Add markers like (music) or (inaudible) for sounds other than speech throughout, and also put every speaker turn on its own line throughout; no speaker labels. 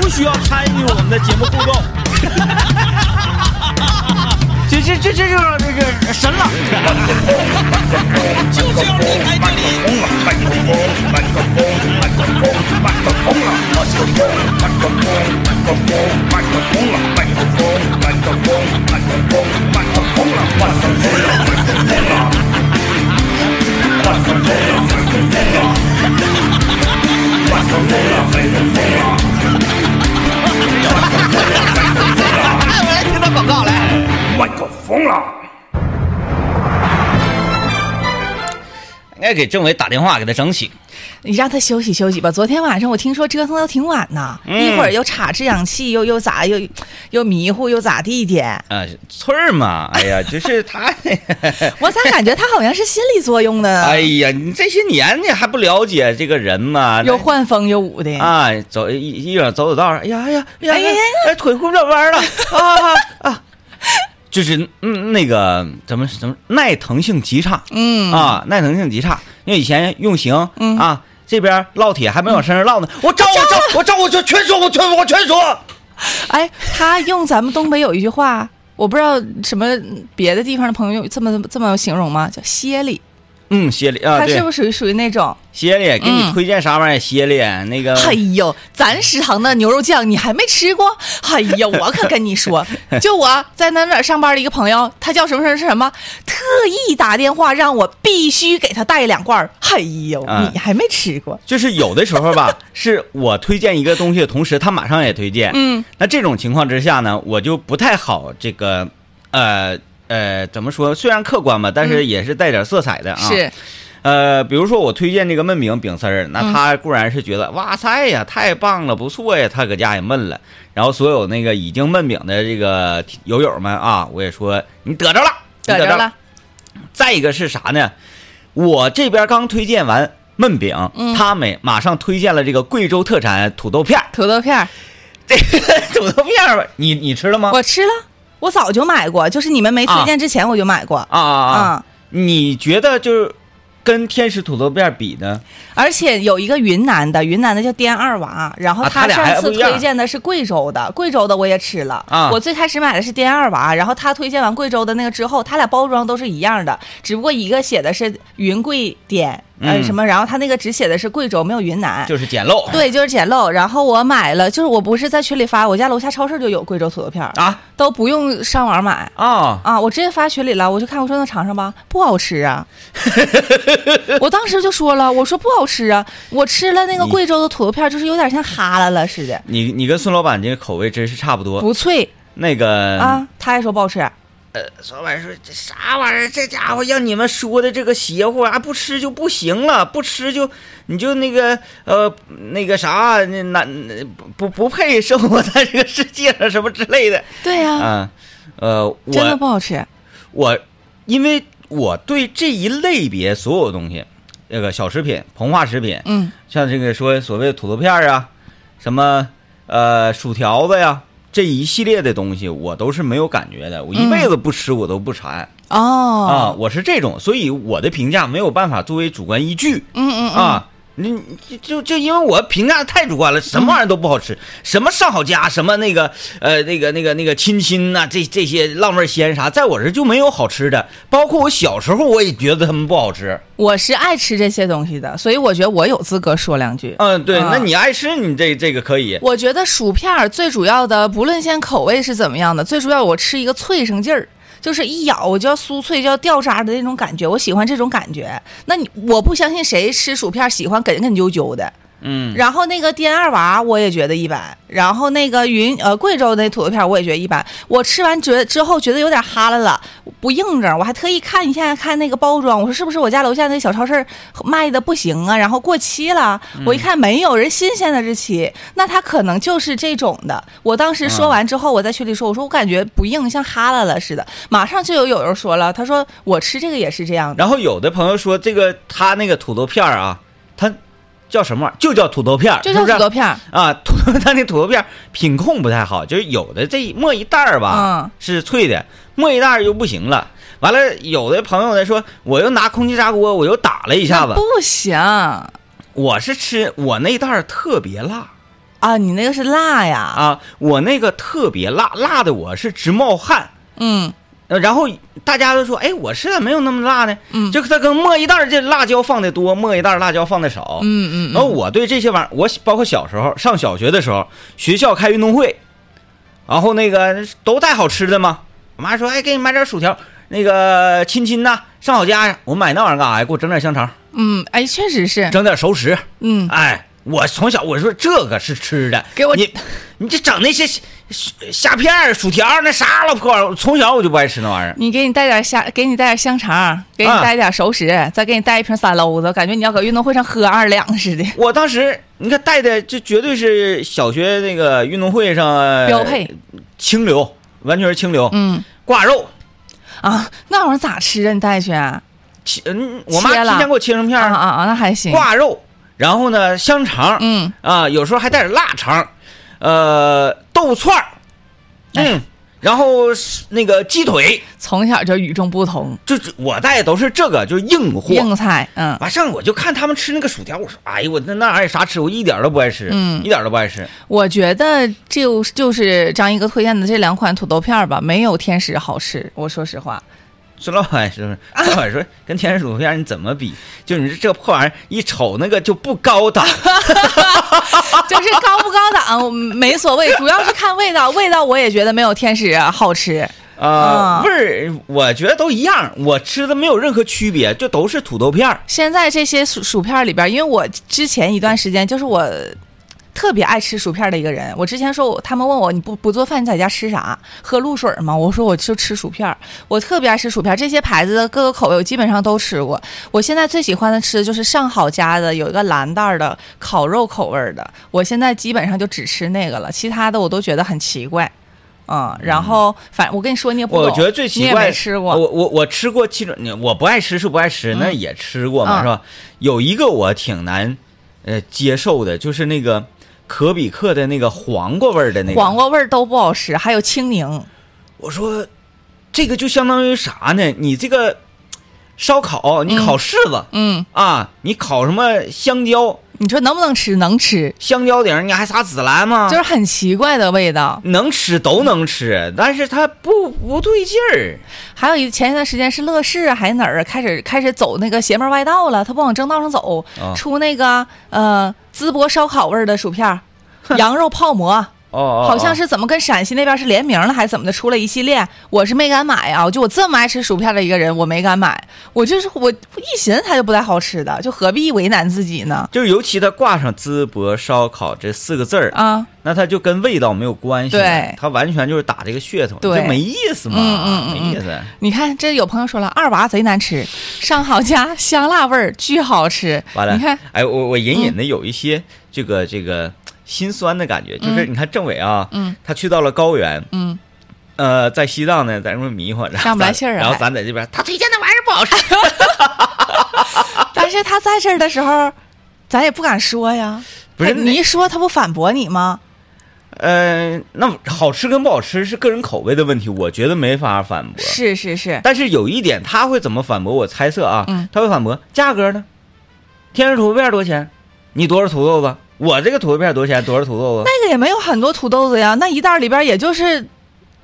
不需要参与我们的节目互 (laughs) 动。
这这这这就是这个神了。
就是要离开这里。
哎，我来听他广告来。
麦克风了。
应该给政委打电话，给他整醒。
你让他休息休息吧。昨天晚上我听说折腾到挺晚呢，
嗯
一会儿又插制氧气，又又咋又又迷糊，又咋地的。
啊，翠儿嘛，哎呀，就是 (laughs) 他。
我咋感觉他好像是心理作用呢？
哎呀，你这些年你还不了解这个人吗？
又患风又舞的。
啊，走一一会儿走走道儿，哎呀哎呀哎呀
哎呀
哎呀，哎腿回不了弯儿了啊啊 (laughs) 啊！就是嗯那个怎么怎么耐疼性极差，
嗯
啊，耐疼性极差，因为以前用刑、啊，这边烙铁还没往身上烙呢，我招我招我招我就全说我全我全说，
哎，他用咱们东北有一句话，我不知道什么别的地方的朋友这么这么形容吗？叫歇里，
嗯，歇里啊，
他是
对
不，是属于属于那种？
歇里，给你
嗯
推荐啥玩意儿？歇里那个，
哎呦，咱食堂的牛肉酱你还没吃过？哎呀，我可跟
(laughs)
你说，就我在咱哪儿上班的一个朋友，他叫什么什么什么，特意打电话让我必须给他带两罐儿。哎呦，
啊
你还没吃过？
就是有的时候
(laughs)
吧，是我推荐一个东西的同时，他马上也推荐。
嗯，
那这种情况之下呢，我就不太好这个，呃呃，怎么说？虽然客观吧，但是也是带点色彩的啊。
嗯是。
呃，比如说我推荐这个焖饼饼丝儿，
嗯
那他固然是觉得、哇塞呀，太棒了，不错呀，他搁家也焖了。然后所有那个已经焖饼的这个友友们啊，我也说你得着了，你
得着
着
了。，
再一个是啥呢？我这边刚推荐完焖饼，
嗯
他们马上推荐了这个贵州特产土豆片儿 (laughs)
土豆片儿，
这个土豆片儿吧，你你吃了吗？
我吃了，我早就买过，就是你们没推
啊
荐之前我就买过。
啊啊啊！
啊
你觉得就是跟天使土豆片儿比呢？
而且有一个云南的，云南的叫滇二娃，然后
啊他
他
俩还
上
不
次
一样
推荐的是贵州的，贵州的我也吃了。
啊
我最开始买的是滇二娃，然后他推荐完贵州的那个之后，他俩包装都是一样的，只不过一个写的是云贵滇，呃
嗯
什么，然后他那个只写的是贵州，没有云南。
就是简陋。
对，就是捡漏。然后我买了，就是我不是在群里发，我家楼下超市就有贵州土豆片儿，
啊
都不用上网买。
啊！
啊，我直接发群里了，我就看我说那尝尝吧，不好吃啊！ (laughs) 我当时就说了，我说不好吃啊！我吃了那个
你
贵州的土豆片儿，就是有点像哈喇了似的，
你你跟孙老板这个口味真是差不多。
不脆
那个
啊，。他还说不好吃，
孙老板说这啥玩意儿？这家伙让你们说的这个邪乎啊！不吃就不行了，不吃就你就那个呃那个啥，那那不不不配生活在这个世界上什么之类的。
对呀、
啊，呃，
真的
我
不好吃。
我因为我对这一类别所有东西，那个小食品、膨化食品，
嗯，
像这个说所谓的土豆片儿啊，什么呃薯条子呀，这一系列的东西，我都是没有感觉的。我一辈子不吃，我都不馋、啊，
嗯哦，
我是这种，所以我的评价没有办法作为主观依据、
嗯嗯嗯，
啊。你你就就因为我评价太主观了，什么玩意儿都不好吃，什么上好佳，什么那个呃那个那个那个亲亲呐、这这些浪味仙啥，在我这就没有好吃的。包括我小时候，我也觉得他们不好吃。
我是爱吃这些东西的，所以我觉得我有资格说两句。
嗯，对，
啊
那你爱吃你这这个可以。
我觉得薯片儿最主要的，不论现在口味是怎么样的，最主要我吃一个脆生劲儿，就是一咬我就要酥脆，就要掉渣的那种感觉，我喜欢这种感觉。那你我不相信谁吃薯片儿喜欢哏哏啾啾的。
嗯，
然后那个滇二娃我也觉得一般，然后那个云呃贵州那土豆片儿我也觉得一般。我吃完觉之后觉得有点哈喇了，不硬整，我还特意看一下看那个包装，我说是不是我家楼下那小超市儿卖的不行啊，然后过期了。
嗯
我一看没有人新鲜的日期，那它可能就是这种的。我当时说完之后，我在群里说，我说我感觉不硬，像哈喇了似的。马上就有友友说了，他说我吃这个也是这样的。
然后有的朋友说这个他那个土豆片儿啊，他叫什么玩意儿？就叫土豆片儿，
就叫
是
土
不是
豆片儿，
啊，土 (laughs) 豆他那土豆片儿品控不太好，就是有的这一磨一袋儿吧、
嗯
是脆的，磨一袋儿又不行了。完了，有的朋友呢说，我又拿空气炸锅，我又打了一下子。
不行。
我是吃我那袋儿特别辣，
啊，你那个是辣呀？
啊，我那个特别辣，辣的我是直冒汗。
嗯，
呃然后大家都说，哎，我吃的没有那么辣呢。嗯，就它跟墨一袋儿这辣椒放的多，墨一袋儿辣椒放的少。
嗯嗯
然后我对这些玩意儿，我包括小时候上小学的时候，学校开运动会，然后那个都带好吃的嘛。我妈说，哎，给你买点薯条，那个亲亲呐，上好佳呀，我买那玩意儿干啥呀？给我整点香肠，
嗯，哎，确实是，
整点熟食。
嗯，
哎，我从小我说这个是吃的，
给我
你，你这整那些虾片儿、薯条儿那啥，老破玩意儿，从小我就不爱吃那玩意儿。
你给你带点虾，给你带点香肠，给你
啊
带点熟食，再给你带一瓶三篓子，感觉你要搁运动会上喝二两似的。
我当时你看带的就绝对是小学那个运动会上呃
标配
清流，完全是清流，
嗯
挂肉。
啊，那玩意儿咋吃啊？你带去啊
切，嗯，我妈
切了
提前给我切成片
啊
儿，
啊啊！那还行。
挂肉，然后呢香肠，
嗯，
啊，有时候还带点腊肠，呃，豆串儿，
哎
嗯，然后是那个鸡腿，
从小就与众不同，
就是我带的都是这个，就是硬货。
硬菜。嗯，
完上我就看他们吃那个薯条，我说，哎呦我那那玩意儿啥吃，我一点儿都不爱吃，
嗯
一点儿都不爱吃。
我觉得就就是张一哥推荐的这两款土豆片儿吧，没有天使好吃。我说实
(laughs)
话，
孙老板是不是？老板说跟天使薯片你怎么比？就你这破玩意儿一瞅那个就不高档，
就是高不高档我没所谓，主要是看味道。味道我也觉得没有天使好吃。
啊，
啊
味儿我觉得都一样，我吃的没有任何区别，就都是土豆片儿。
现在这些薯薯片儿里边儿，因为我之前一段时间就是我特别爱吃薯片儿的一个人。我之前说我，他们问我你不不做饭，你在家吃啥？喝露水儿吗？我说我就吃薯片儿，我特别爱吃薯片儿。这些牌子的各个口味我基本上都吃过。我现在最喜欢的吃的就是上好佳的有一个蓝袋儿的烤肉口味儿的，我现在基本上就只吃那个了，其他的我都觉得很奇怪。嗯，然后反我跟你说你也不懂，
我觉得最奇
你也
怪，
没吃过，
我我我吃过其中，你我不爱吃是不爱吃，那也吃过嘛，
嗯
是吧？有一个我挺难呃接受的，就是那个可比克的那个黄瓜味儿的那个
黄。瓜味儿都不好吃，还有青柠。
我说这个就相当于啥呢？你这个烧烤，你烤柿子、
嗯，
啊，你烤什么香蕉？
你说能不能吃？能吃，
香蕉顶儿你还撒孜然吗？
就是很奇怪的味道。
能吃都能吃，但是它不不对劲儿。
还有一前一段时间是乐视还是哪儿开始开始走那个邪门歪道了，他不往正道上走，
啊
出那个呃淄博烧烤味儿的薯
(laughs)
片儿，羊肉泡馍。
哦哦，哦
好像是怎么跟陕西那边是联名了，还是怎么的，出了一系列。我是没敢买啊，就我这么爱吃薯片的一个人，我没敢买。我就是我一寻思它就不太好吃的，就何必为难自己呢？
就是尤其它挂上淄博烧烤这四个字儿，
啊，
那它就跟味道没有关系了，
对
它完全就是打这个噱头，
对
这没意思嘛，
嗯嗯嗯嗯
没意思。
你看，这有朋友说了，二娃贼难吃，上好佳香辣味儿巨好吃。
完了，
你看，嗯
哎，我我隐隐的有一些这个、这个心酸的感觉，就是你看政委啊，
嗯
他去到了高原，
嗯，
呃，在西藏呢，在那边迷糊，然后
上不来
咱
气儿啊
然后
还哎
咱在这边，他推荐的玩意儿不好吃，
但是他在这儿的时候，咱也不敢说呀。
不是
哎你一说，他不反驳你吗？
呃，那好吃跟不好吃是个人口味的问题，我觉得没法反驳。
是是是，
但是有一点他会怎么反驳？我猜测啊，
嗯
他会反驳价格呢？天使土豆片多少钱？你多少土豆子？我这个土豆片多少钱？多少土豆子？
那个也没有很多土豆子呀，那一袋儿里边也就是。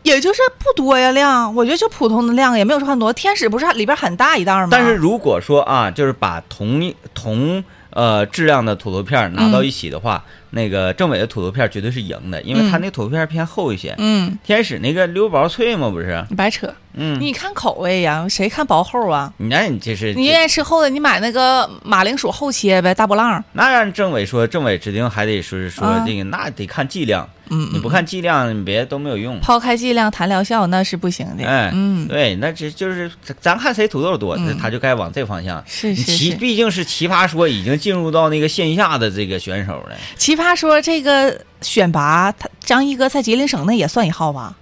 也就是不多呀量，我觉得就普通的量，也没有说很多。天使不是里边很大一袋儿吗？
但是如果说啊，就是把同一同呃质量的土豆片拿到一起的话，
嗯
那个政委的土豆片绝对是赢的，因为他那土豆片偏厚一些。
嗯，
天使那个溜薄脆嘛，不是？
你白扯，
嗯，
你看口味呀，谁看薄厚啊？
你那你这是
你愿意吃厚的，你买那个马铃薯厚切呗，大波浪儿。
那让政委说，政委指定还得说是说
啊
这个，那得看剂量。
嗯，嗯
你不看剂量，你别都没有用。
抛开剂量谈疗效那是不行的。
哎，
嗯，
对，那这就是咱看谁土豆多，那
嗯
他就该往这方向。
是
你
是
奇
是。
毕竟是奇葩说已经进入到那个线下的这个选手
(laughs)
了，
奇葩说这个选拔，他张一哥在吉林省内也算一号吧？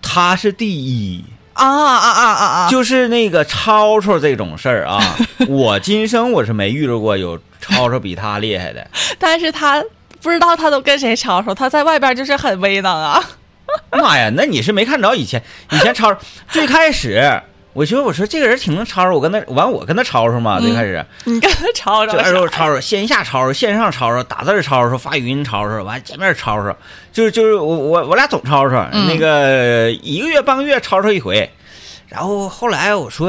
他是第一，
啊啊啊啊啊！
就是那个超超这种事儿
(laughs)
啊，我今生我是没遇着过有超超比他厉害的。
但是他不知道他都跟谁吵吵，他在外边就是很威能啊。
妈呀，那你是没看着以前，以前超最开始我觉得我说这个人挺能吵吵，我跟他完我跟他吵吵嘛，最开始
你跟他吵吵
就
啥
二
呀
手吵吵，线下吵吵，线上吵吵，打字吵吵，发语音吵吵，完见面吵吵，就是就是我我我俩总吵吵，
嗯
那个一个月半个月吵吵一回，然后后来我说，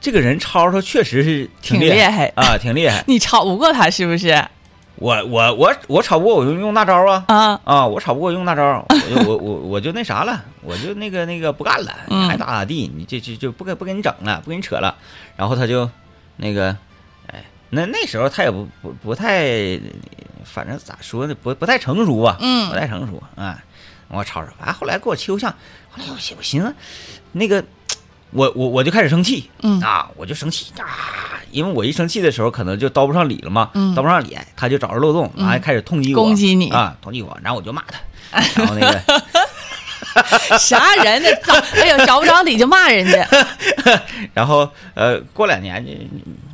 这个人吵吵确实是挺
挺
厉
厉
害
害
啊，挺厉害。
你吵不过他是不是？
我我我我吵不过我就用大招啊。
(laughs) 啊，
啊，我吵不过用大招，我就我我我就那啥了，我就那个那个不干了，你
嗯
爱咋咋地，你就就就不跟不跟你整了，不跟你扯了。然后他就那个，哎，那那时候他也不不不太，反正咋说呢，不不太成熟吧，
嗯
不太成熟啊。我吵吵，完、后来给我气够呛，后来我寻我寻思，那个我我我就开始生气，
嗯
啊，我就生气啊，因为我一生气的时候，可能就叨不上理了嘛，
嗯
叨不上理，他就找着漏洞，完、还开始痛击我
攻击你
啊，同意我，然后我就骂他，然后那
(laughs)
个，
啥人 (laughs) 呢？找哎呦找不着理就骂人家，
然后呃，过两年就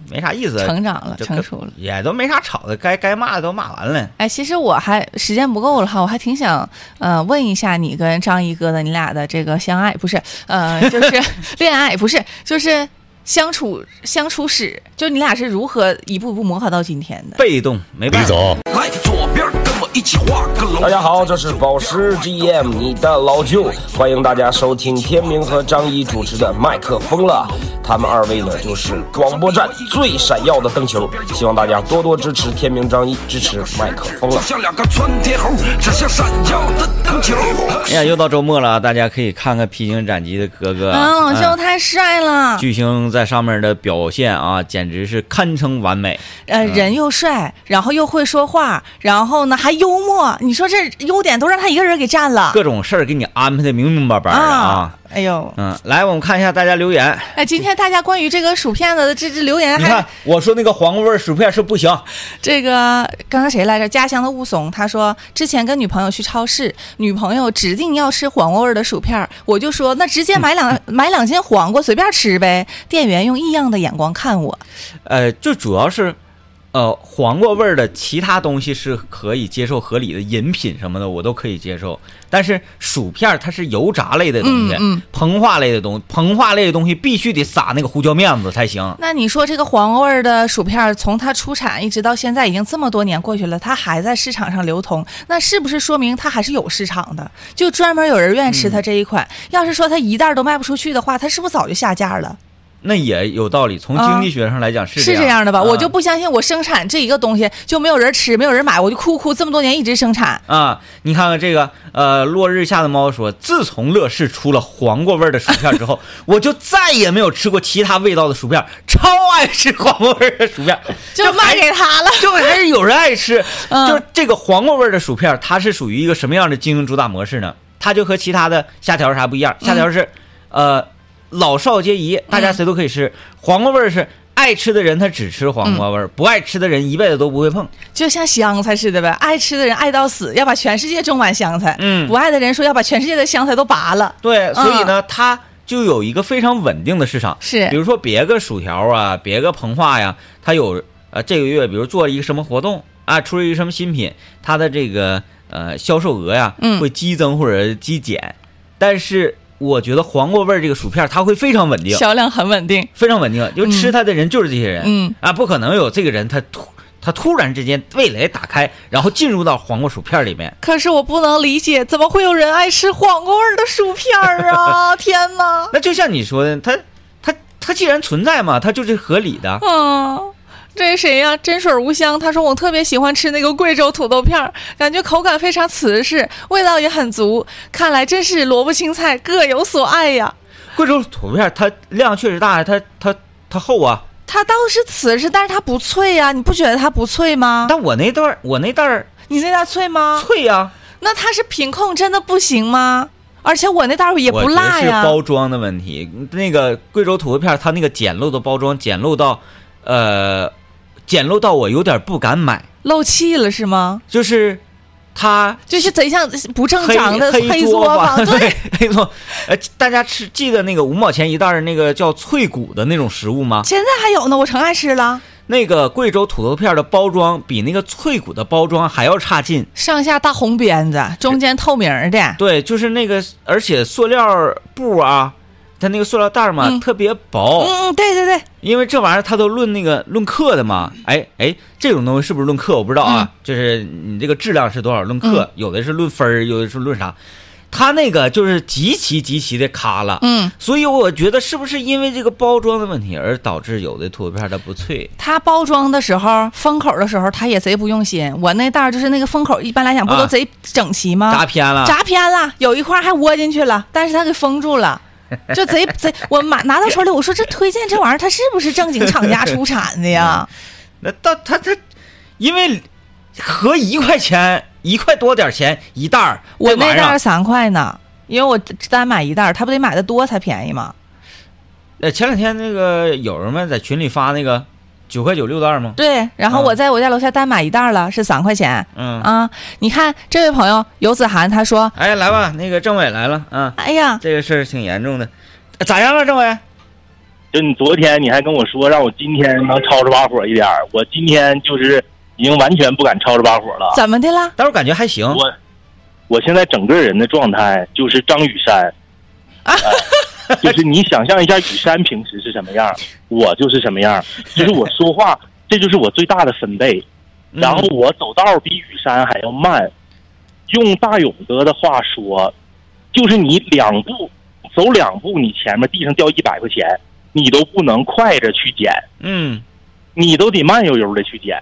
没啥意思，
成长了，
就
成
跟
熟了。
也都没啥吵的，该该骂的都骂完了。
哎，其实我还时间不够了哈，我还挺想呃问一下你跟张一哥的你俩的这个相爱不是呃就是 (laughs) 恋爱不是就是相处相处史，就你俩是如何一步一步磨合到今天的？
被动没办法，
来，左边跟我一起画个龙。
大家好，这是宝石 GM，你的老舅，欢迎大家收听天明和张一主持的《麦克风了》，他们二位呢就是广播站最闪耀的灯球，希望大家多多支持天明、张一，支持麦克风了
就。像两个窜天猴，指向闪耀的灯球。
哎呀，又到周末了，大家可以看看披荆斩棘的哥哥
啊，老
嗯
舅太帅了，
巨星在上面的表现啊，简直是堪称完美。
呃，人又帅，然后又会说话，然后呢还幽默，你说这优点都让他一个人给占了
各种事儿给你安排的明明白白的啊。！
哎呦，
嗯，来，我们看一下大家留言。
哎，今天大家关于这个薯片子的这这留言
你
还
看，我说那个黄瓜味儿薯片是不行，
这个刚刚谁来着？家乡的雾怂，他说之前跟女朋友去超市，女朋友指定要吃黄瓜味儿的薯片儿，我就说那直接买两、买两斤黄瓜随便吃呗。店员用异样的眼光看我，
呃，就主要是，呃，黄瓜味儿的其他东西是可以接受，合理的饮品什么的我都可以接受，但是薯片儿它是油炸类的东西，
嗯嗯
膨化类的东西，膨化类的东西必须得撒那个胡椒面子才行。
那你说这个黄瓜味儿的薯片儿，从它出产一直到现在已经这么多年过去了，它还在市场上流通，那是不是说明它还是有市场的？就专门有人愿意吃它这一款。要是说它一袋儿都卖不出去的话，它是不是早就下架了？
那也有道理，从
啊
经济学上来讲是
是这样的吧？
啊
我就不相信我生产这一个东西就没有人吃，没有人买，我就哭哭这么多年一直生产。
啊，你看看这个，呃，落日下的猫说，自从乐事出了黄瓜味儿的薯片之后， (laughs) 我就再也没有吃过其他味道的薯片，超爱吃黄瓜味儿的薯片，
就卖给他了。
就还是有人爱吃。
嗯
就是这个黄瓜味儿的薯片，它是属于一个什么样的经营主打模式呢？它就和其他的虾条啥不一样，虾条是，呃，老少皆宜，大家谁都可以吃。黄瓜味儿是爱吃的人他只吃黄瓜味儿，不爱吃的人一辈子都不会碰。
(laughs) 就像香菜似的呗，爱吃的人爱到死，要把全世界种满香菜；
嗯
不爱的人说要把全世界的香菜都拔了。
对，所以呢，它就有一个非常稳定的市场。
是
比如说别个薯条啊，别个膨化呀，它有呃这个月，比如做一个什么活动啊，出了一个什么新品，它的这个呃销售额呀
嗯，
会激增或者激减。但是我觉得黄瓜味儿这个薯片，它会非常稳定，
销量很稳定，
非常稳定。就吃它的人就是这些人，
嗯
啊，不可能有这个人他突他突然之间味蕾打开，然后进入到黄瓜薯片里面。
可是我不能理解，怎么会有人爱吃黄瓜味儿的薯片儿
(laughs)
啊？天哪！
那就像你说的，它它它既然存在嘛，它就是合理的。
嗯，这谁呀、真水无香，他说我特别喜欢吃那个贵州土豆片儿，感觉口感非常瓷实，味道也很足。看来真是萝卜青菜各有所爱呀、
贵州土片它量确实大，它它它厚啊。
它倒是瓷实，但是它不脆呀、你不觉得它不脆吗？
但我那袋儿我那袋儿
你那袋脆吗？
脆呀、
那它是品控真的不行吗？而且我那袋儿也不
我觉
辣
得是
呀。
包装的问题。那个贵州土豆片，它那个简陋的包装，简陋到，呃，简陋到我有点不敢买。
漏气了是吗？
就是它
就是贼像不正
黑
常的
黑
作
(laughs)
坊，对
对黑作。呃，大家吃记得那个五毛钱一袋儿那个叫脆骨的那种食物吗？
现在还有呢，我成爱吃了，
那个贵州土豆片的包装比那个脆骨的包装还要差劲。
上下大红鞭子，中间透明儿的，
对，就是那个，而且塑料布啊，它那个塑料袋儿嘛、
嗯
特别薄，
嗯，对对对，
因为这玩意儿它都论那个论克的嘛，哎哎，这种东西是不是论克我不知道
嗯
啊，就是你这个质量是多少论克，有的是论分儿，有的是论啥，它那个就是极其极其的卡了，
嗯，
所以我觉得是不是因为这个包装的问题而导致有的图片它不脆？
它包装的时候封口的时候，它也贼不用心。我那袋儿就是那个封口，一般来讲不
啊
都贼整齐吗？
扎偏了，
扎偏了，有一块还窝进去了，但是它给封
(laughs)
住了。就贼贼，我买拿到手里，我说这推荐这玩意儿，它是不是正经厂家出产的呀？
嗯那到它它，因为合一块钱一块多点儿钱一袋儿，
我
这
那
玩意
袋
儿啊
儿三块呢，因为我只单买一袋儿，他不得买的多才便宜吗？
呃，前两天那个友人们在群里发那个九块九六袋儿吗？
对，然后
啊
我在我家楼下单买一袋儿了，是三块钱。
嗯
啊，你看这位朋友游子涵，他说
哎，来吧，那个政委来了啊，：“
哎呀，
这个事儿挺严重的，呃咋样了，政委？
就你昨天你还跟我说让我今天能吵着把火一点儿，我今天就是已经完全不敢吵着把火了。
怎么的啦？
但我感觉还行，
我我现在整个人的状态就是张雨山，啊，就是你想象一下雨山平时是什么样儿，我就是什么样儿，就是我说话，这就是我最大的分贝。
嗯
然后我走道儿比雨山还要慢，用大勇哥的话说，就是你两步走两步，你前面地上掉一百块钱，你都不能快着去捡。
嗯，
你都得慢悠悠的去捡，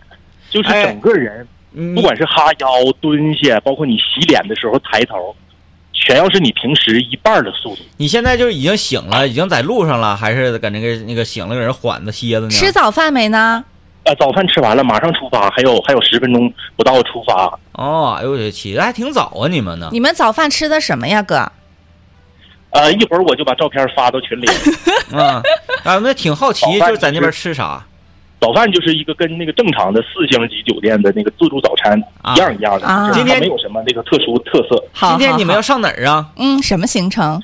就是
哎
整个人，
你
不管是哈腰、蹲下，包括你洗脸的时候抬头，全要是你平时一半的速度。
你现在就是已经醒了，已经在路上了，还是搁那个那个醒了，搁人缓着歇着呢？
吃早饭没呢？
啊，早饭吃完了，马上出发，还有还有十分钟不到出发。
哦，哎呦我去，起的还挺早啊，你们呢？
你们早饭吃的什么呀，哥？
呃，一会儿我就把照片发到群里。
啊啊，那挺好奇，
早
就
饭
是在那
吃
边吃啥
早饭就是一个跟那个正常的四星级酒店的那个自助早餐
啊
一样一样的，
啊
就是
今天
它没有什么那个特殊特色
好，
今天
好
你们要
好
上哪儿啊？
嗯什么行程？
啊。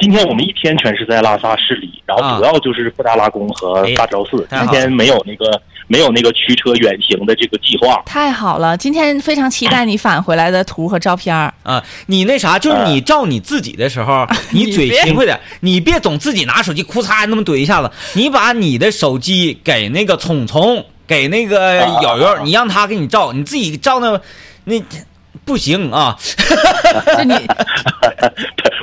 今天我们一天全是在拉萨市里，然
啊
后主要就是布达拉宫和大昭寺。
哎呀太
今
好
天没有那个没有那个驱车远行的这个计划。 (laughs)
太好了，今天非常期待你返回来的图和照
(laughs)
片儿。
啊，你那啥，就是
呃
你照你自己的时候，你嘴勤快点，你别总自己拿手机库嚓那么怼一下子，你把你的手机给那个聪聪，给那个
啊
友友，你让他给你照，你自己照那那不行啊，
就你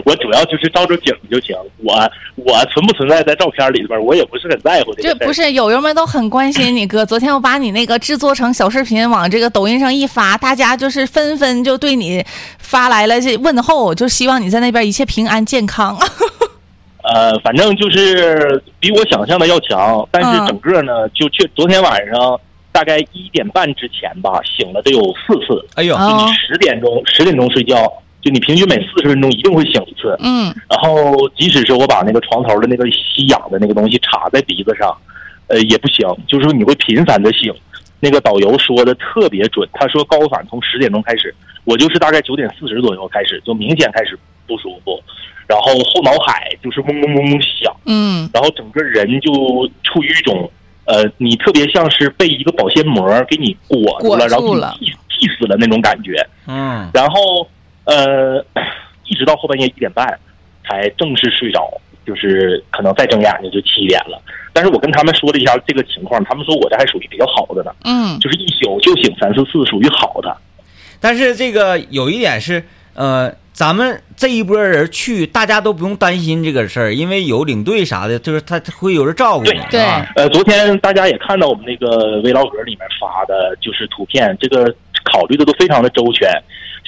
我主要就是照照景就行。我我存不存在在照片里边，我也不是很在乎这个
这
事儿。
不是友友们都很关心你
(laughs)
哥。昨天我把你那个制作成小视频往这个抖音上一发，大家就是纷纷就对你发来了这问候，就希望你在那边一切平安
(laughs)
健康。
呃，反正就是比我想象的要强，但是整个呢，就确昨天晚上大概一点半之前吧，醒了得有四次。
哎呦，
啊
就
哦
你十点钟十点钟睡觉，就你平均每四十分钟一定会醒一次。
嗯，
然后即使是我把那个床头的那个吸氧的那个东西插在鼻子上，呃，也不行，就是说你会频繁的醒。那个导游说的特别准，他说高反从十点钟开始，我就是大概九点四十左右开始就明显开始不舒服，然后后脑海就是嗡嗡嗡嗡响，
嗯，
然后整个人就处于一种，呃，你特别像是被一个保鲜膜给你裹住
裹
了，
住
然
了
后给你替替死了那种感觉。
嗯，
然后呃，一直到后半夜一点半才正式睡着，就是可能再睁眼睛就七点了。但是我跟他们说了一下这个情况，他们说我这还属于比较好的呢，
嗯，
就是一宿就醒三四次，属于好的。
但是这个有一点是，呃，咱们这一波人去，大家都不用担心这个事儿，因为有领队啥的，就是他他会有人照顾你，
对
啊
呃，昨天大家也看到我们那个微老格里面发的就是图片，这个考虑的都非常的周全，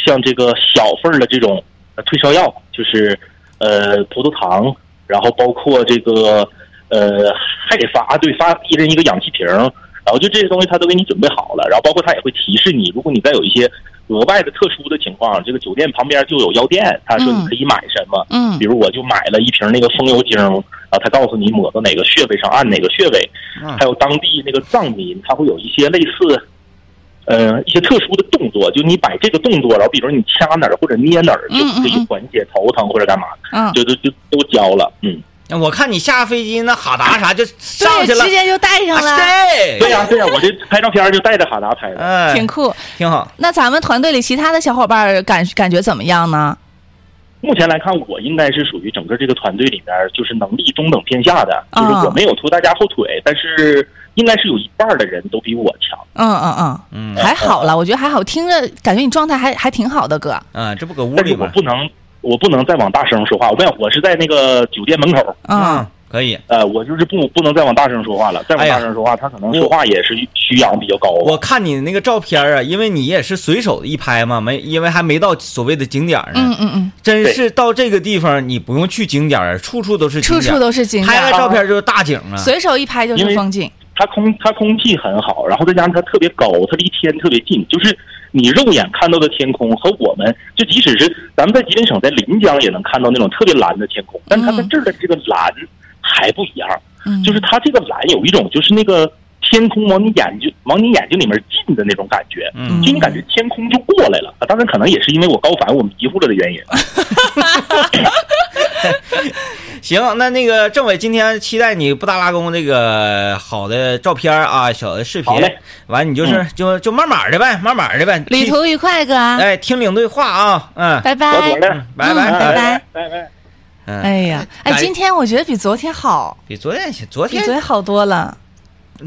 像这个小份儿的这种呃退烧药，就是呃葡萄糖，然后包括这个呃还得发啊对发一人一个氧气瓶儿，然后就这些东西他都给你准备好了，然后包括他也会提示你，如果你再有一些额外的特殊的情况，这个酒店旁边就有药店，他说你可以买什么，
嗯
比如我就买了一瓶那个风油精，然后他告诉你抹到哪个穴位上按哪个穴位，
啊
还有当地那个藏民，他会有一些类似，呃，一些特殊的动作，就你摆这个动作，然后比如你掐哪儿或者捏哪儿，就
嗯嗯
可以
嗯
缓解头疼或者干嘛，
嗯，
就就就都教了，嗯，
那我看你下飞机那哈达啥就上去
对，
了
直，接就带上了，
啊 (laughs) 对
对呀、对呀、我这拍照片儿就带着哈达拍的。
嗯
哎，
挺酷。
挺好。
那咱们团队里其他的小伙伴儿感感觉怎么样呢？
目前来看，我应该是属于整个这个团队里面就是能力中等偏下的，
啊
就是我没有拖大家后腿，但是应该是有一半的人都比我强。
嗯嗯嗯，
哦
还好了，我觉得还好，听着感觉你状态还还挺好的，哥。
啊，这不搁屋
但
里
是我
吗？
不能，我不能再往大声说话。我没有，我是在那个酒店门口，
嗯，
啊，可以。
呃，我就是不不能再往大声说话了。再往大声说话，他可能说话也是虚扬比较高
哎
啊
我
吧。
看你那个照片啊，因为你也是随手一拍嘛，没因为还没到所谓的景点儿呢。
嗯嗯嗯，
真是到这个地方，你不用去景点儿，啊处处都是景
处
点
处
儿，
都是景
拍
点
了
儿，
照
哦
片就是大景啊。
随手一拍就是风景。
它空它空气很好，然后再加上它特别高，它离天特别近，就是你肉眼看到的天空和我们，就即使是咱们在吉林省在临江也能看到那种特别蓝的天空，但是它在
嗯
这儿的这个蓝还不一样。
嗯，
就是它这个蓝有一种就是那个天空往你眼睛往你眼睛里面进的那种感觉，
嗯
就你感觉天空就过来了。啊，当然可能也是因为我高反我迷糊了的原因。
行，那那个政委，今天期待你布达拉宫这个好的照片啊，小的视频
好嘞。嗯
完，你就是、就就慢慢的呗，慢慢的呗。
旅
听
途愉快，哥，
哎，听领队话啊，嗯，
拜
妥妥
拜。
的，
嗯拜拜
嗯拜拜。
拜拜。
嗯，
哎呀，哎，
感
今天我觉得比昨天好，
比昨天昨
比
天
昨天好多了。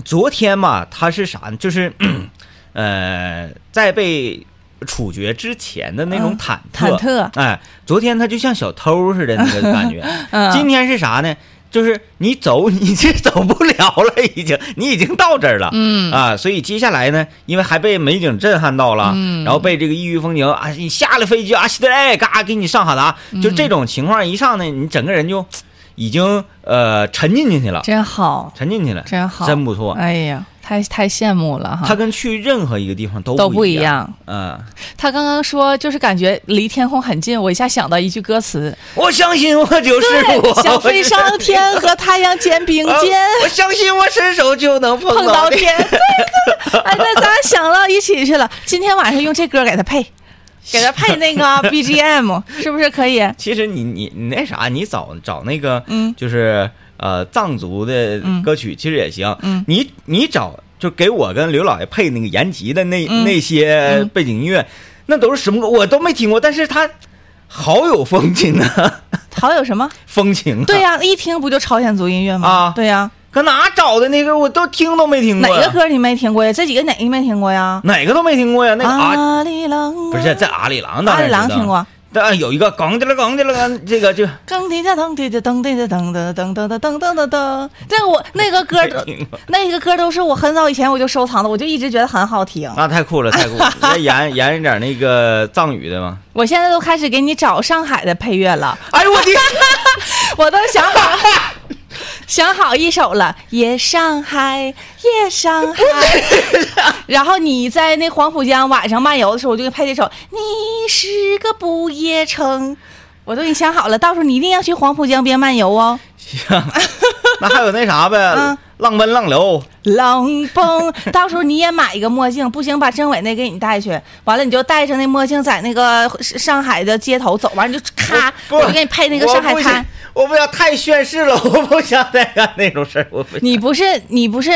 昨天嘛，他是啥呢？就是， (clears throat) 呃，在被处决之前的那种
嗯
忐
忐忑
哎，昨天他就像小偷似的那个感觉。
(laughs) 嗯
今天是啥呢？就是你走，你是走不了了，已经， (laughs) 你已经到这儿了，
嗯
啊，所以接下来呢，因为还被美景震撼到了，
嗯
然后被这个异域风情啊，你下了飞机啊，西德勒嘎给你上哈达，
嗯
就这种情况一上呢，你整个人就已经呃沉浸进去了，
真好，
沉浸进去了，
真好，
真不错，
哎呀，太太羡慕了
它
哈。
跟去任何一个地方都
啊都
不
不
一
一。样。
嗯，
他刚刚说，就是感觉离天空很近，我一下想到一句歌词
我相信我就是：“我，
想飞上天，和太阳肩
(laughs)
并
我
肩，
我相信我伸手就能碰
碰
到
到
你。
天。”对对，哎，那咱想到一起去了。今天晚上用这歌给他配，给他配那个
(laughs)
BGM，是不是可以？
其实你你你那啥，你找找那个，
嗯
就是呃藏族的
嗯
歌曲，其实也行。
嗯
你你找就给我跟刘老爷配那个延吉的那、
嗯
那些
嗯
背景音乐，那都是什么歌我都没听过，但是他好有风情啊， (laughs)
好有什么？
风情、啊。
对、呀、一听不就朝鲜族音乐吗？
啊嗯
对呀、
搁哪找的那个我都听都没听
哪
过呀，
个歌你没听过呀？这几个哪个你没听过呀？
哪个都没听过呀？那个啊
阿里郎啊，
不是在阿里郎当
阿
然
里郎
知道
听过，
但有一个咣叽了咣叽了咣，这个就
噔滴哒噔滴哒噔滴哒噔哒噔噔哒噔噔噔噔。这个我那个歌儿，那个歌儿都是我很早以前我就收藏的，我就一直觉得很好听。
那太酷了，太酷
(laughs)
了！再演演一点那个藏语的吗？
我现在都开始给你找上海的配乐了，
哎呦我
(laughs)
的，
我都想
(laughs)
好想好一首了，《夜上海》，夜上
(laughs)
海。然后你在那黄浦江晚上漫游的时候，我就给配这首《你是个不夜城》。我都已经想好了，到时候你一定要去黄浦江边漫游哦。
那还有那啥呗
嗯，
浪奔浪流，
冷
(laughs)
崩，到时候你也买一个墨镜，不行把政委那给你带去，完了你就戴着那墨镜在那个上海的街头走，完了你就咔，
不
啊我就给你配那个上海
我不
滩
想。，我不想太炫世了，我不想再干那种事儿，我不 (laughs) 想。
你不是你不是，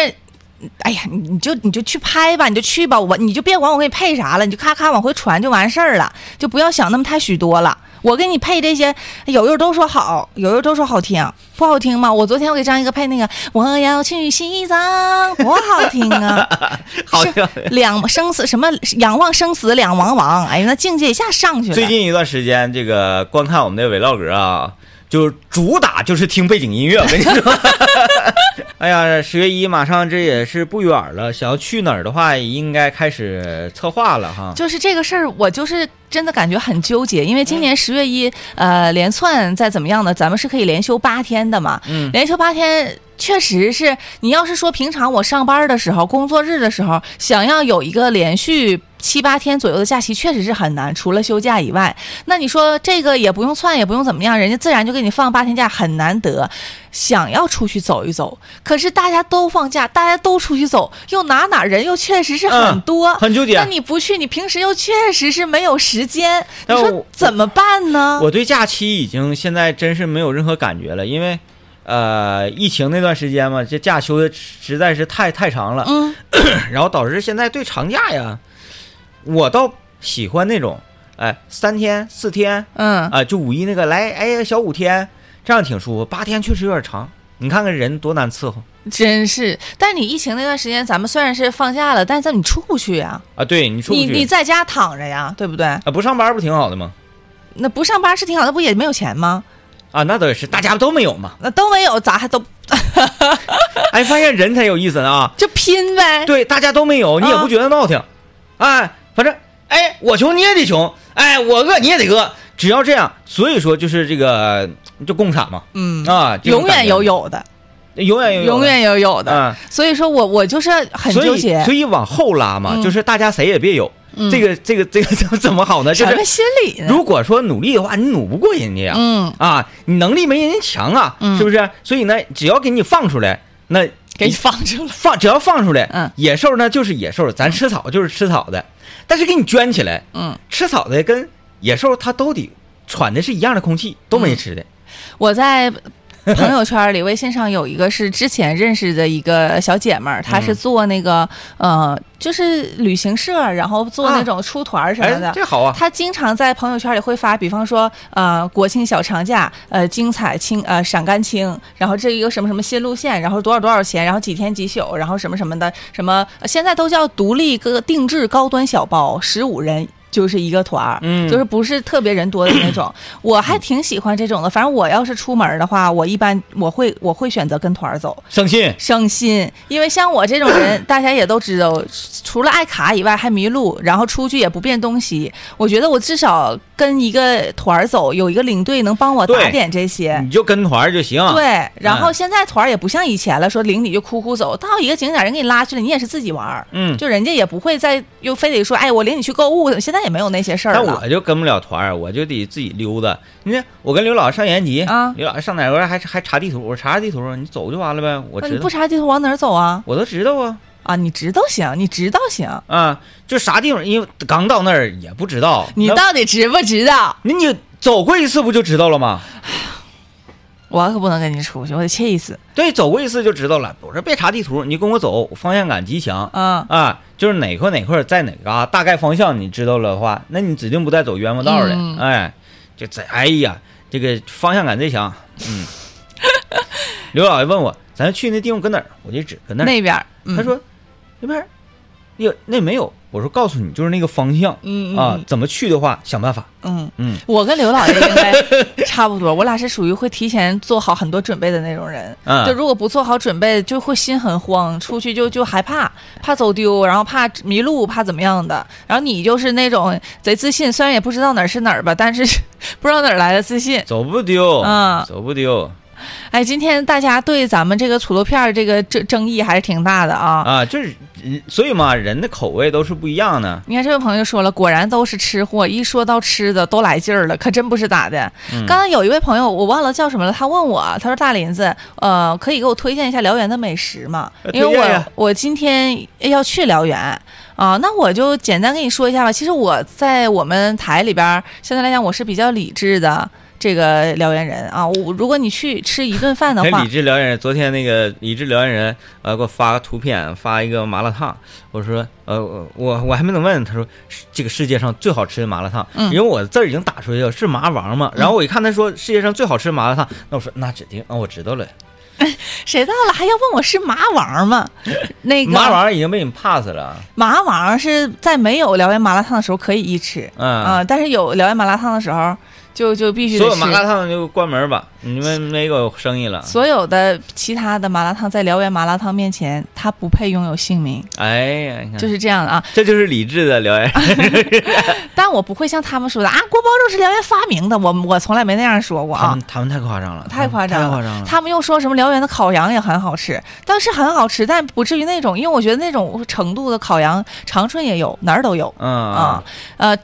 哎呀，你你就你就去拍吧，你就去吧，我你就别管我给你配啥了，你就咔咔往回传就完事儿了，就不要想那么太许多了。我给你配这些，有人都说好，有人都说好听，不好听吗？我昨天我给张一哥配那个，我要去西藏，多好听啊！
好听。
是两生死什么仰望生死两茫茫，哎呀，那境界一下上去了。
最近一段时间，这个观看我们的 vlog 啊，就主打就是听背景音乐。我跟你
(laughs)
说，哎呀，十月一马上这也是不远了，想要去哪儿的话，应该开始策划了哈。
就是这个事儿，我就是真的感觉很纠结，因为今年十月一，呃，连窜再怎么样呢，咱们是可以连休八天的嘛。
嗯
连休八天，确实是你要是说平常我上班的时候、工作日的时候，想要有一个连续。七八天左右的假期确实是很难，除了休假以外，那你说这个也不用窜，也不用怎么样，人家自然就给你放八天假，很难得。想要出去走一走，可是大家都放假，大家都出去走，又哪哪人又确实是
嗯
很多，
很纠结
那你不去，你平时又确实是没有时间，你
但
说
我
怎么办呢？
我对假期已经现在真是没有任何感觉了，因为，呃，疫情那段时间嘛，这假休的实在是太太长了，
嗯
然后导致现在对长假呀，我倒喜欢那种哎，三天四天，
嗯
啊、就五一那个来，哎，小五天，这样挺舒服。八天确实有点长，你看看人多难伺候
真是。但你疫情那段时间，咱们虽然是放假了，但是你出不去呀，
啊！对你出不
你
去，
你在家躺着呀，对不对？
啊不上班不挺好的吗？
那不上班是挺好，那不也没有钱吗？
啊，那倒也是，大家都没有嘛。
那都没有，咋还都
哎，发现人才有意思呢啊！
就拼呗？
对，大家都没有，你也
啊
不觉得闹挺，哎，反正哎，我穷你也得穷，哎，我饿你也得饿，只要这样，所以说就是这个就共产嘛，
嗯
啊，这种
永远
感觉
有，有的，
永远有有的，
永远有有的。
嗯。
所以说我我就是很
所
纠
以
结
所，以往后拉嘛，
嗯
就是大家谁也别有，这个这个这个怎么 (laughs) 怎么好呢？就
什
是
么心理呢？
如果说努力的话，你努不过人家呀，
嗯，
啊，你能力没人家强啊，
嗯
是不是？所以呢，只要给你放出来，那
给你放出来。
放只要放出来，
嗯
野兽呢就是野兽，咱吃草就是吃草的，但是给你圈起来，
嗯，
吃草的跟野兽它都得喘的是一样的空气，都
嗯
没吃的，
我在朋友圈里、微信上有一个是之前认识的一个小姐们儿，她
嗯
是做那个、呃，就是旅行社，然后做
啊
那种出团儿什么的。
哎，这好啊，
她经常在朋友圈里会发，比方说，呃，国庆小长假，呃，精彩清呃陕甘青，然后这一个什么什么新路线，然后多少多少钱，然后几天几宿，然后什么什么的，什么呃现在都叫独立个定制高端小包，十五人。就是一个团儿，
嗯
就是不是特别人多的那种， (coughs) 我还挺喜欢这种的。反正我要是出门的话，我一般我会我会选择跟团儿走，
省心，
伤心，因为像我这种
(clears throat)
人，大家也都知道，除了爱卡以外还迷路，然后出去也不变东西。我觉得我至少跟一个团儿走，有一个领队能帮我打
对
点这些。
你就跟团儿就行，
对，然后
嗯
现在团儿也不像以前了，说领你就哭哭走到一个景点，人给你拉去了，你也是自己玩儿，
嗯
就人家也不会再又非得说，哎，我领你去购物，现在也没有那些事儿
但
了
我。就跟不了团儿，我就得自己溜达。你看，我跟刘老师上延吉，
啊
刘老师上哪玩儿还还查地图，我查地图，你走就完了呗，我
那
知
你
道
不，查地图往哪儿走啊？
我都知道啊
啊，你知道行，你知道行，
啊，就啥地方，因为刚到那儿也不知道，
你
那
到底知不知道？
那你走过一次不就知道了吗？
我可不能跟你出去，我得气死。
对，走过一次就知道了。我说别查地图，你就跟我走，我方向感极强
啊
啊，就是哪块哪块在哪嘎、大概方向你知道了的话，那你指定不带走冤枉道的。
嗯
哎，就这，哎呀，这个方向感贼强。嗯，刘老爷问我，咱去那地方搁哪儿？我就指搁那儿。
那边儿，嗯
他说那边儿有那没有？我说告诉你，就是那个方向。
嗯嗯
啊
嗯，
怎么去的话，想办法。
嗯，
嗯，
我跟刘老爷应该差不多，我俩是属于会提前做好很多准备的那种人。
嗯
就如果不做好准备，就会心很慌，出去就就害怕，怕走丢，然后怕迷路，怕怎么样的。然后你就是那种贼自信，虽然也不知道哪儿是哪儿吧，但是 (laughs) 不知道哪儿来的自信。
走不丢，
啊
走不丢
哎，今天大家对咱们这个土豆片儿这个争争议还是挺大的啊。
啊！就是，嗯所以嘛，人的口味都是不一样的。
你看这位朋友说了，果然都是吃货，一说到吃的都来劲儿了，可真不是咋的。
嗯
刚刚有一位朋友，我忘了叫什么了，他问我，他说大林子，呃，可以给我推荐一下辽源的美食吗？
呃
因为
推荐
我
呀
我今天要去辽源啊、那我就简单跟你说一下吧。其实我在我们台里边儿，相对来讲我是比较理智的。这个辽源人啊，我如果你去吃一顿饭的
哎，
话
理，智辽源人，昨天那个理智辽源人，呃，给我发个图片，发一个麻辣烫。我说，呃，我我我还没能问，他说是这个世界上最好吃的麻辣烫，
嗯
因为我的字儿已经打出去了，是麻王嘛。然后我一看他说世界上最好吃的麻辣烫，那我说那指定啊、我知道了，
谁到了还要问我是麻
(laughs)
王吗？那个
麻王已经被你 pass 了，
麻王是在没有辽源麻辣烫的时候可以一吃，
嗯
啊、但是有辽源麻辣烫的时候就就必须
所
得
有
吃。
麻辣烫就关门吧，你们没有生意了。
所有的其他的麻辣烫在辽源麻辣烫面前，它不配拥有姓名，
哎呀，你看，
就是这样的啊。
这就是理智的辽源人。
但我不会像他们说的啊，锅包肉是辽源发明的，我我从来没那样说过
他
啊
们。他们太夸张了，
太夸张
太
了，
夸张了。
他们又说什么辽源的烤羊也很好吃，但是很好吃，但不至于那种，因为我觉得那种程度的烤羊，长春也有，哪儿都有。
嗯
啊，呃，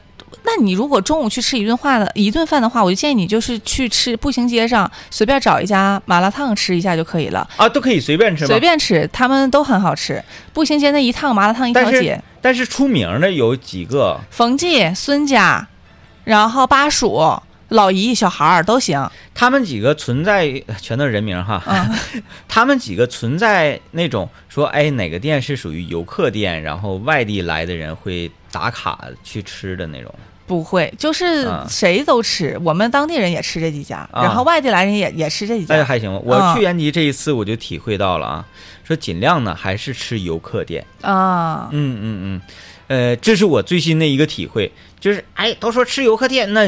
那你如果中午去吃一顿饭的一顿饭的话，我就建议你就是去吃步行街上随便找一家麻辣烫吃一下就可以了，
啊，都可以随便吃吗？
随便吃，他们都很好吃。步行街那一趟麻辣烫一条
但
街
是，但是出名的有几个，
冯记、孙家，然后巴蜀、老姨、小孩儿都行。
他们几个存在全都是人名哈，
嗯
(laughs) 他们几个存在那种说，哎，哪个店是属于游客店，然后外地来的人会打卡去吃的那种。
不会，就是
啊
谁都吃，我们当地人也吃这几家，
啊
然后外地来人也也吃这几家。
哎，还行吧。我
啊
去延吉这一次，我就体会到了啊，说尽量呢还是吃游客店。
啊，
嗯嗯嗯，呃，这是我最新的一个体会，就是哎，都说吃游客店，那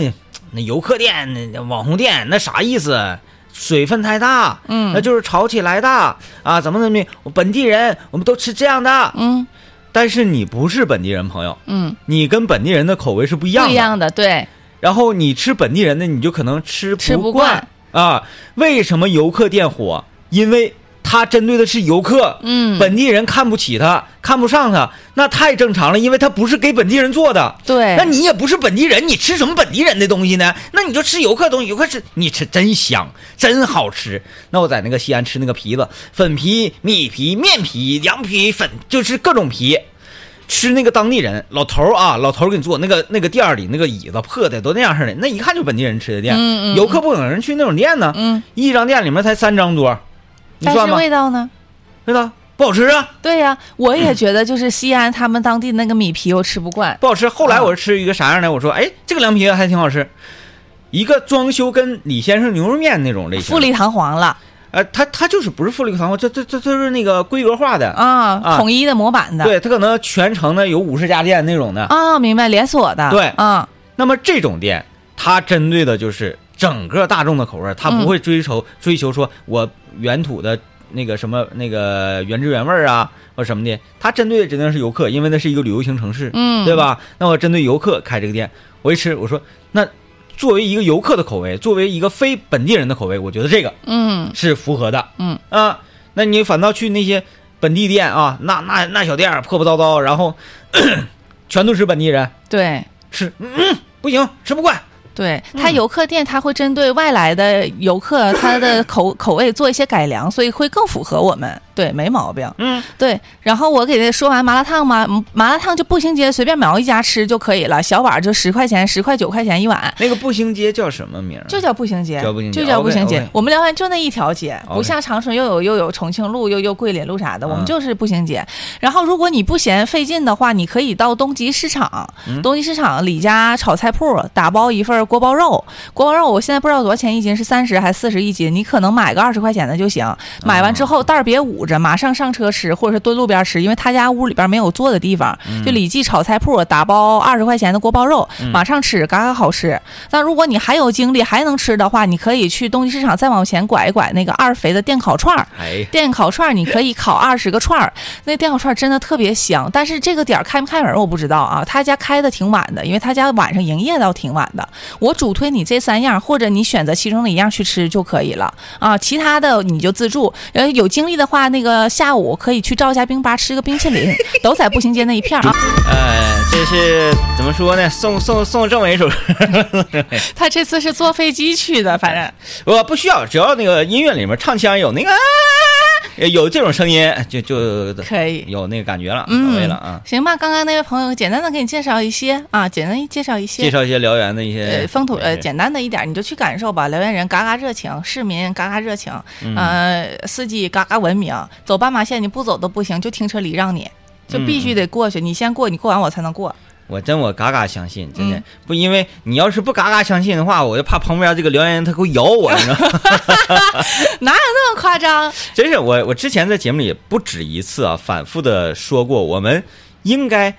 那游客店、那那网红店，那啥意思？水分太大，
嗯
那就是炒起来的啊，怎么怎么的，我本地人我们都吃这样的。
嗯
但是你不是本地人朋友，
嗯，
你跟本地人的口味是不一样
不
的。
一样的，对，
然后你吃本地人的，你就可能吃
吃不
惯啊。为什么游客店火？因为它针对的是游客，
嗯
本地人看不起他，看不上他，那太正常了，因为他不是给本地人做的。
对
那你也不是本地人，你吃什么本地人的东西呢？那你就吃游客东西，游客吃你吃真香，真好吃。那我在那个西安吃那个皮子，粉皮、米皮、面皮、羊皮、粉，就是各种皮。吃那个当地人老头儿啊，老头儿给你做那个那个店儿里那个椅子破的都那样式的，那一看就本地人吃的店。
嗯嗯
游客不可能去那种店呢。
嗯，
一张店里面才三张桌，你
但
算
是
吧，
味道呢？
对吧？不好吃啊。
对呀、我也觉得就是西安他们当地那个米皮我吃不惯。
不好吃。后来
啊
我是吃一个啥样的？我说，哎，这个凉皮还挺好吃，一个装修跟李先生牛肉面那种类型。
富丽堂皇了
呃，它它就是不是富丽堂皇，这这这这是那个规格化的。
啊，
啊
统一的模板的，
对，它可能全程呢有五十家店那种的。
啊，明白，连锁的，
对
啊，
那么这种店，它针对的就是整个大众的口味，它
嗯
不会追求、追求说我原土的。那个什么，那个原汁原味儿啊，或什么的，它针对的指定是游客，因为那是一个旅游型城市，
嗯
对吧？那我针对游客开这个店，我一吃，我说那作为一个游客的口味，作为一个非本地人的口味，我觉得这个
嗯
是符合的，
嗯
啊，那你反倒去那些本地店啊，那那那小店儿破破叨叨，然后 (coughs) 全都是本地人，
对
吃，嗯，嗯不行，吃不惯。
对，他游客店他会针对外来的游客，他的
(laughs)
口口味做一些改良，所以会更符合我们，对，没毛病，
嗯，
对。然后我给他说完麻辣烫嘛，嗯麻辣烫就步行街随便瞄一家吃就可以了，小碗就十块钱，十块九块钱一碗。
那个步行街叫什么名儿？啊
就叫步行街，
叫步行街
就叫步行
OK，OK
我们辽源就那一条街，
OK
不像长春又有又有重庆路，又又桂林路啥的，我
嗯
们就是步行街。然后，如果你不嫌费劲的话，你可以到东极市场，东极市场李家炒菜铺打包一份锅包肉，锅包肉我现在不知道多少钱一斤，是三十还是四十一斤？你可能买个二十块钱的就行，买完之后袋儿别捂着，马上上车吃，或者是蹲路边吃，因为他家屋里边没有坐的地方，就李记炒菜铺打包二十块钱的锅包肉，马上吃，嘎嘎好吃。那如果你还有精力还能吃的话，你可以去东极市场再往前拐一拐那个二肥的电烤串儿。
哎，
电烤串儿你可以烤二十个串儿，那电烤串儿真的特别香。但是这个点儿开没开门我不知道啊，他家开的挺晚的，因为他家晚上营业到挺晚的。我主推你这三样，或者你选择其中的一样去吃就可以了啊，其他的你就自助。呃，有精力的话，那个下午可以去赵家冰吧吃个冰
(laughs)
淇淋，都在步行街那一片儿啊。
呃，这是怎么说呢？送送送政委一首歌， (laughs)
他这次是坐飞机去的，反正
我不需要，只要那个音乐里面唱腔有那个、啊、有这种声音，就就
可以。
有那个感觉了，
嗯
到位了啊。
行吧，刚刚那位朋友简单的给你介绍一些啊，简单地介绍一些，
介绍一些辽源的一些
呃风土呃
美食
简单的一点儿，你就去感受吧。辽源人嘎嘎热情，市民嘎嘎热情，呃，司机嘎嘎文明。走斑马线你不走都不行，就停车礼让你，就必须得过去。你先过，你过完我才能过。 (laughs)
我真我嘎嘎相信，真的、
嗯
不，因为你要是不嘎嘎相信的话，我就怕旁边这个辽源人他给我咬我，你知道吗？
哪有那么夸张？
真是我我之前在节目里也不止一次啊，反复的说过，我们应该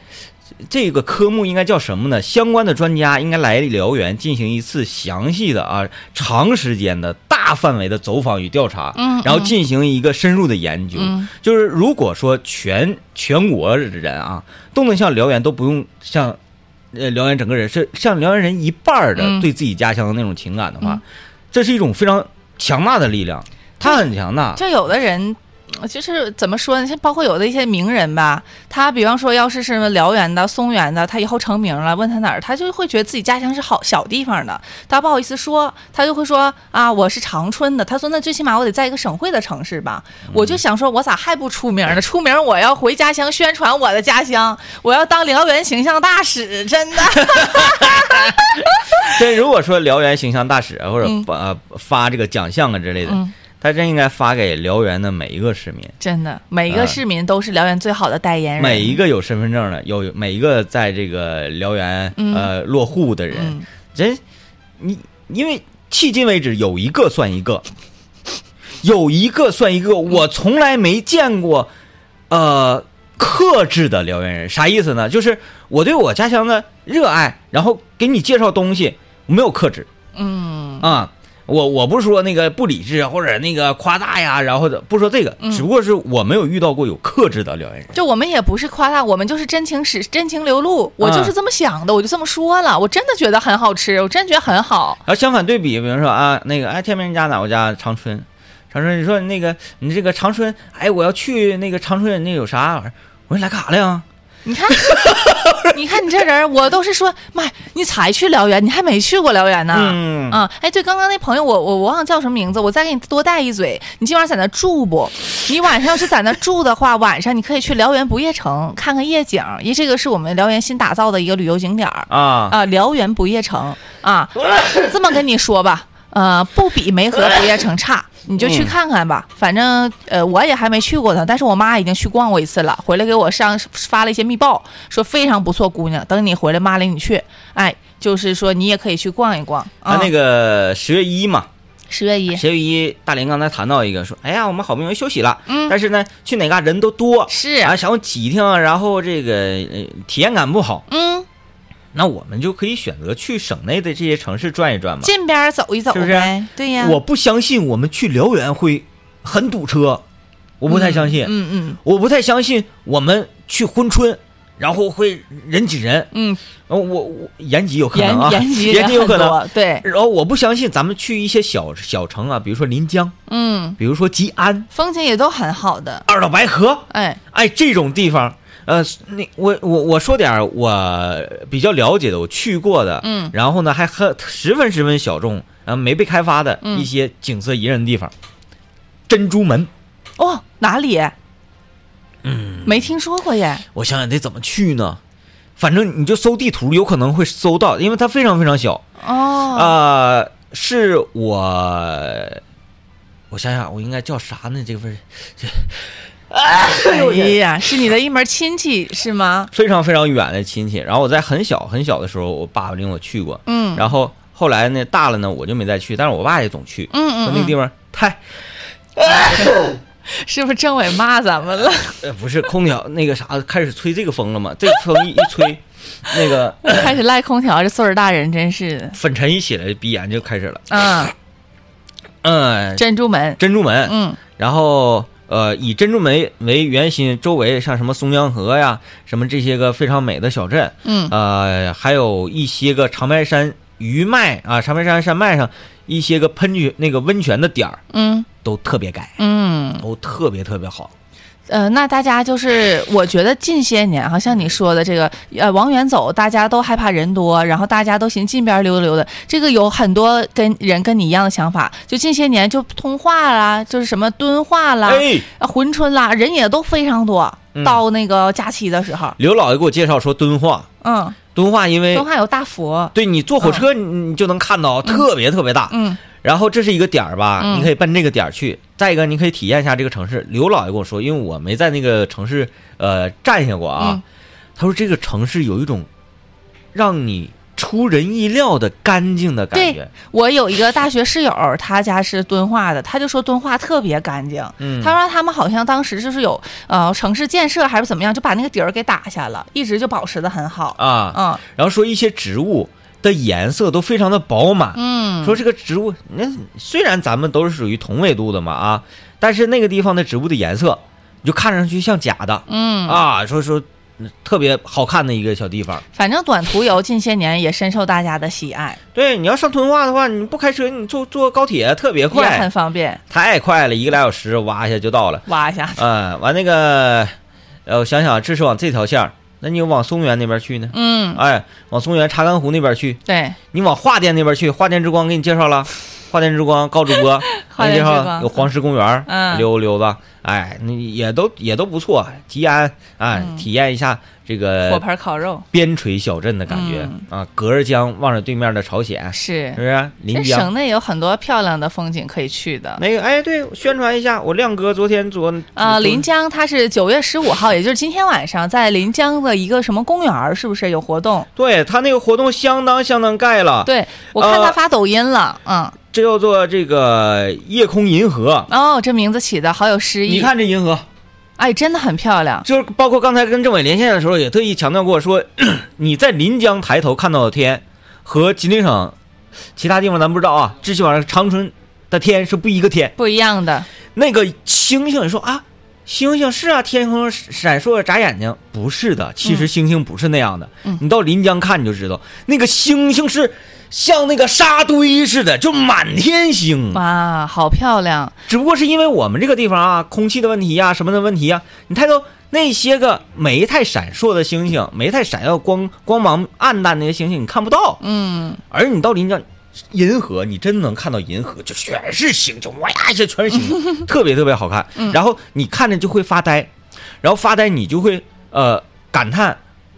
这个科目应该叫什么呢？相关的专家应该来辽源进行一次详细的啊，长时间的大范围的走访与调查，
嗯嗯
然后进行一个深入的研究。
嗯
就是如果说全全国人啊都能像辽源都不用像。呃，辽源整个人是像辽源人一半儿的
嗯
对自己家乡的那种情感的话，
嗯
这是一种非常强大的力量，它很强大。
就有的人。呃就是怎么说呢？像包括有的一些名人吧，他比方说要是什么辽源的、松原的，他以后成名了，问他哪儿，他就会觉得自己家乡是好小地方的，他不好意思说，他就会说啊，我是长春的。他说那最起码我得在一个省会的城市吧。我就想说，我咋还不出名呢？出名我要回家乡宣传我的家乡，我要当辽源形象大使，真的。 (laughs)
对，如果说辽源形象大使啊或者
嗯
发、呃发这个奖项啊之类的，
嗯
他真应该发给辽源的每一个市民，
(laughs) 真的，每一个
嗯
市民都是辽源最好的代言人。
每一个有身份证的，有每一个在这个辽源、
嗯
呃落户的人，
嗯
人你因为迄今为止有一个算一个，有一个算一个，
嗯
我从来没见过，呃，克制的辽源人啥意思呢？就是我对我家乡的热爱，然后给你介绍东西，没有克制，
嗯
啊，我我不是说那个不理智啊，或者那个夸大呀，然后的不说这
嗯
个，只不过是我没有遇到过有克制的辽源人。
就我们也不是夸大，我们就是真情实真情流露，我就是这么想的，我就这么说了，我真的觉得很好吃，我真觉得很好。
然后相反对比，比如说啊，那个哎，天明人家哪我家长春，长春，你说那个你这个长春，哎，我要去那个长春，那有啥玩意儿？我说来干啥来啊呀？
你看， (laughs) 你看你这人，我都是说，妈，你才去辽源，你还没去过辽源呢。
嗯
啊，哎，对，刚刚那朋友，我我我忘了叫什么名字，我再给你多带一嘴。你今晚在那住不？你晚上要是在那住的话，晚上你可以去辽源不夜城看看夜景，因为这个是我们辽源新打造的一个旅游景点儿
啊，
啊，辽源不夜城
(laughs)
啊，这么跟你说吧，呃，不比梅河不夜城
(laughs)
差，你就去看看吧。反正呃，我也还没去过呢，但是我妈已经去逛过一次了，回来给我上发了一些密报，说非常不错，姑娘，等你回来，妈领你去。哎，就是说你也可以去逛一逛啊。
啊那个十月一嘛，
十月一
十月一，大林刚才谈到一个说，哎呀，我们好不容易休息了，但是呢，去哪嘎人都多，
是
啊，想挤挺，然后这个呃体验感不好，
嗯，
那我们就可以选择去省内的这些城市转一转嘛。
近边儿走一走呗，
是不是
对呀。
我不相信我们去辽源会很堵车，我不太相信。
嗯嗯
我不太相信我们去珲春，然后会人挤人。
嗯，
呃，我我延吉有可
延
能啊，
延吉
(laughs) 延吉有
人
可
很
能。
多，对，
然后我不相信咱们去一些小小城啊，比如说临江，
嗯，
比如说吉安、
风景也都很好的，
二道白河，
哎，
哎，这种地方。呃，那我我我说点儿我比较了解的，我去过的，
嗯
然后呢还很十分十分小众，然后没被开发的
嗯
一些景色宜人的地方，珍珠门，
哦，哪里？嗯，没听说过耶。
我想想得怎么去呢？反正你就搜地图，有可能会搜到，因为它非常非常小。
哦，
呃，是我，我想想，我应该叫啥呢？这个份儿
哎呀，是你的一门亲戚是吗？
非常非常远的亲戚。然后我在很小很小的时候，我爸爸领我去过。
嗯
然后后来呢，大了呢，我就没再去，但是我爸也总去。
嗯嗯
说那个地方太
是不是政委骂咱 (laughs) 们了？
呃不是空调那个啥开始吹这个风了嘛？这个风一一吹，那个
开始赖空调，这岁数大人真是的。
粉尘一起来，鼻炎就开始了。
嗯，
嗯，
珍珠门，
珍珠门，
嗯，
然后呃，以珍珠门为圆心，周围像什么松江河呀，什么这些个非常美的小镇，
嗯
呃，还有一些个长白山余脉啊，长白山山脉上一些个喷泉那个温泉的点儿
嗯
都特别改，
嗯，
都特别特别好。
呃，那大家就是，我觉得近些年哈，像你说的这个，呃，往远走，大家都害怕人多，然后大家都寻近边溜达溜达。这个有很多跟人跟你一样的想法，就近些年就通化啦，就是什么敦化啦，
哎，
啊，珲春啦，人也都非常多。
嗯
到那个假期的时候，
刘老爷给我介绍说敦化，
嗯，
敦化因为
东汉有大佛，
对你坐火车你你就能看到，特别特别大。
嗯
然后这是一个点儿吧，
嗯
你可以奔这个点儿去。再一个，你可以体验一下这个城市。刘老爷跟我说，因为我没在那个城市呃站下过啊，
嗯
他说这个城市有一种让你出人意料的干净的感
对
觉。
我有一个大学室友，他家是敦化的，他就说敦化特别干净。
嗯
他说他们好像当时就是有呃城市建设还是怎么样，就把那个底儿给打下了，一直就保持的很好。
啊，
嗯
然后说一些植物的颜色都非常的饱满。
嗯，
说这个植物，那虽然咱们都是属于同纬度的嘛啊，但是那个地方的植物的颜色，你就看上去像假的。
嗯
啊，说说嗯特别好看的一个小地方。
反正短途游近些年也深受大家的喜爱，
对，你要上敦化的话，你不开车，你坐坐高铁特别
也很
快，
方便。
太快了，一个来小时哇一下就到
(laughs)
了。
挖一下，
嗯，完那个，呃，我想想，这是往这条线儿，那你往松原那边去呢？
嗯，
哎，往松原查干湖那边去，
对， (laughs)
你往桦甸那边去，桦甸之光给你介绍了，桦甸之光高主播
花
那
园
地
之
方
光
有黄石公园，
嗯
溜溜达，哎，那也都也都不错。吉安啊，体验一下这
嗯
个
火盆烤肉
边陲小镇的感觉啊，隔着江望着对面的朝鲜，是不
是。
是？临
这
江
省内有很多漂亮的风景可以去的。
那个，哎，对，宣传一下，我亮哥昨天昨
呃，
昨
临江它是九月十五号，也就是今天晚上，在临江的一个什么公园儿，是不是有活动？
对他那个活动相当相当盖了，，
对我看
呃
他发抖音了，
这叫做这个夜空银河。
嗯，哦，这名字起的好有诗意。
你，看这银河，
哎，真的很漂亮。
就是包括刚才跟政委连线的时候，也特意强调过说， (clears throat) 你在临江抬头看到的天和吉林省其他地方咱不知道啊，最起码是长春的天是不一个天。
不一样的，
那个星星，你说啊，星星是啊，天空闪烁眨眼睛，不是的，其实星星不是那样的。你到临江看你就知道，那个星星是像那个沙堆似的，就满天星。
哇，好漂亮！
只不过是因为我们这个地方啊，空气的问题呀、什么的问题呀、你抬头那些个没太闪烁的星星，没太闪耀光光芒暗淡那些星星，你看不到。
嗯，
而你到临江银河，你真能看到银河，就全是星星，哇呀一下全是星星，特别特别好看。然后你看着就会发呆，然后发呆你就会呃感叹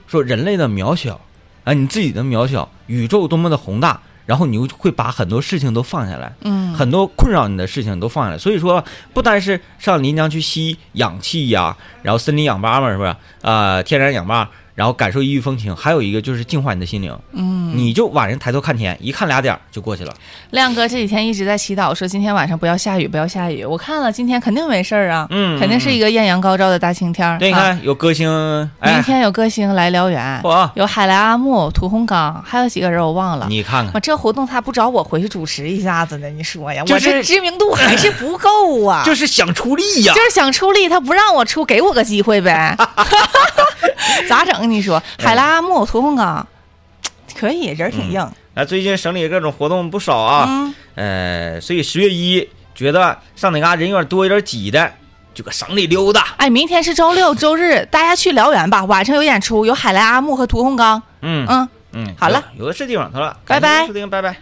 说人类的渺小啊，你自己的渺小，宇宙多么的宏大。然后你就会把很多事情都放下来，
嗯
很多困扰你的事情都放下来。所以说，不单是上临江去吸氧气呀、然后森林氧吧嘛，是不是？啊、天然氧吧，然后感受异域风情。还有一个就是净化你的心灵，
嗯
你就晚上抬头看天，一看俩点儿就过去了。
亮哥这几天一直在祈祷，说今天晚上不要下雨，不要下雨。我看了，今天肯定没事儿啊，
嗯
肯定是一个艳阳高照的大晴天儿。
对，你
啊
看有歌星，
明
哎，
天有歌星来辽源，
嚯
有海来阿木、屠洪刚，还有几个人我忘了。
你看
我
看，
这活动他不找我回去主持一下子呢？你说呀，
就
我
是
这知名度还是不够啊。
(laughs) 就是想出力呀、
就是想出力，他不让我出，给我个机
(laughs)
会呗，咋整？你说
嗯
海来阿木、屠洪刚，可以，人儿挺硬。
那最近省里各种活动不少
嗯
啊，呃，所以十月一觉得上哪嘎人有点多，有点挤的，就搁省里溜达。
哎，明天是周六、周日，大家去辽源吧。晚上有演出，有海来阿木和屠洪刚。
嗯
嗯，
嗯，
好了
有，有的是地方，好了，
拜拜
收听，拜拜。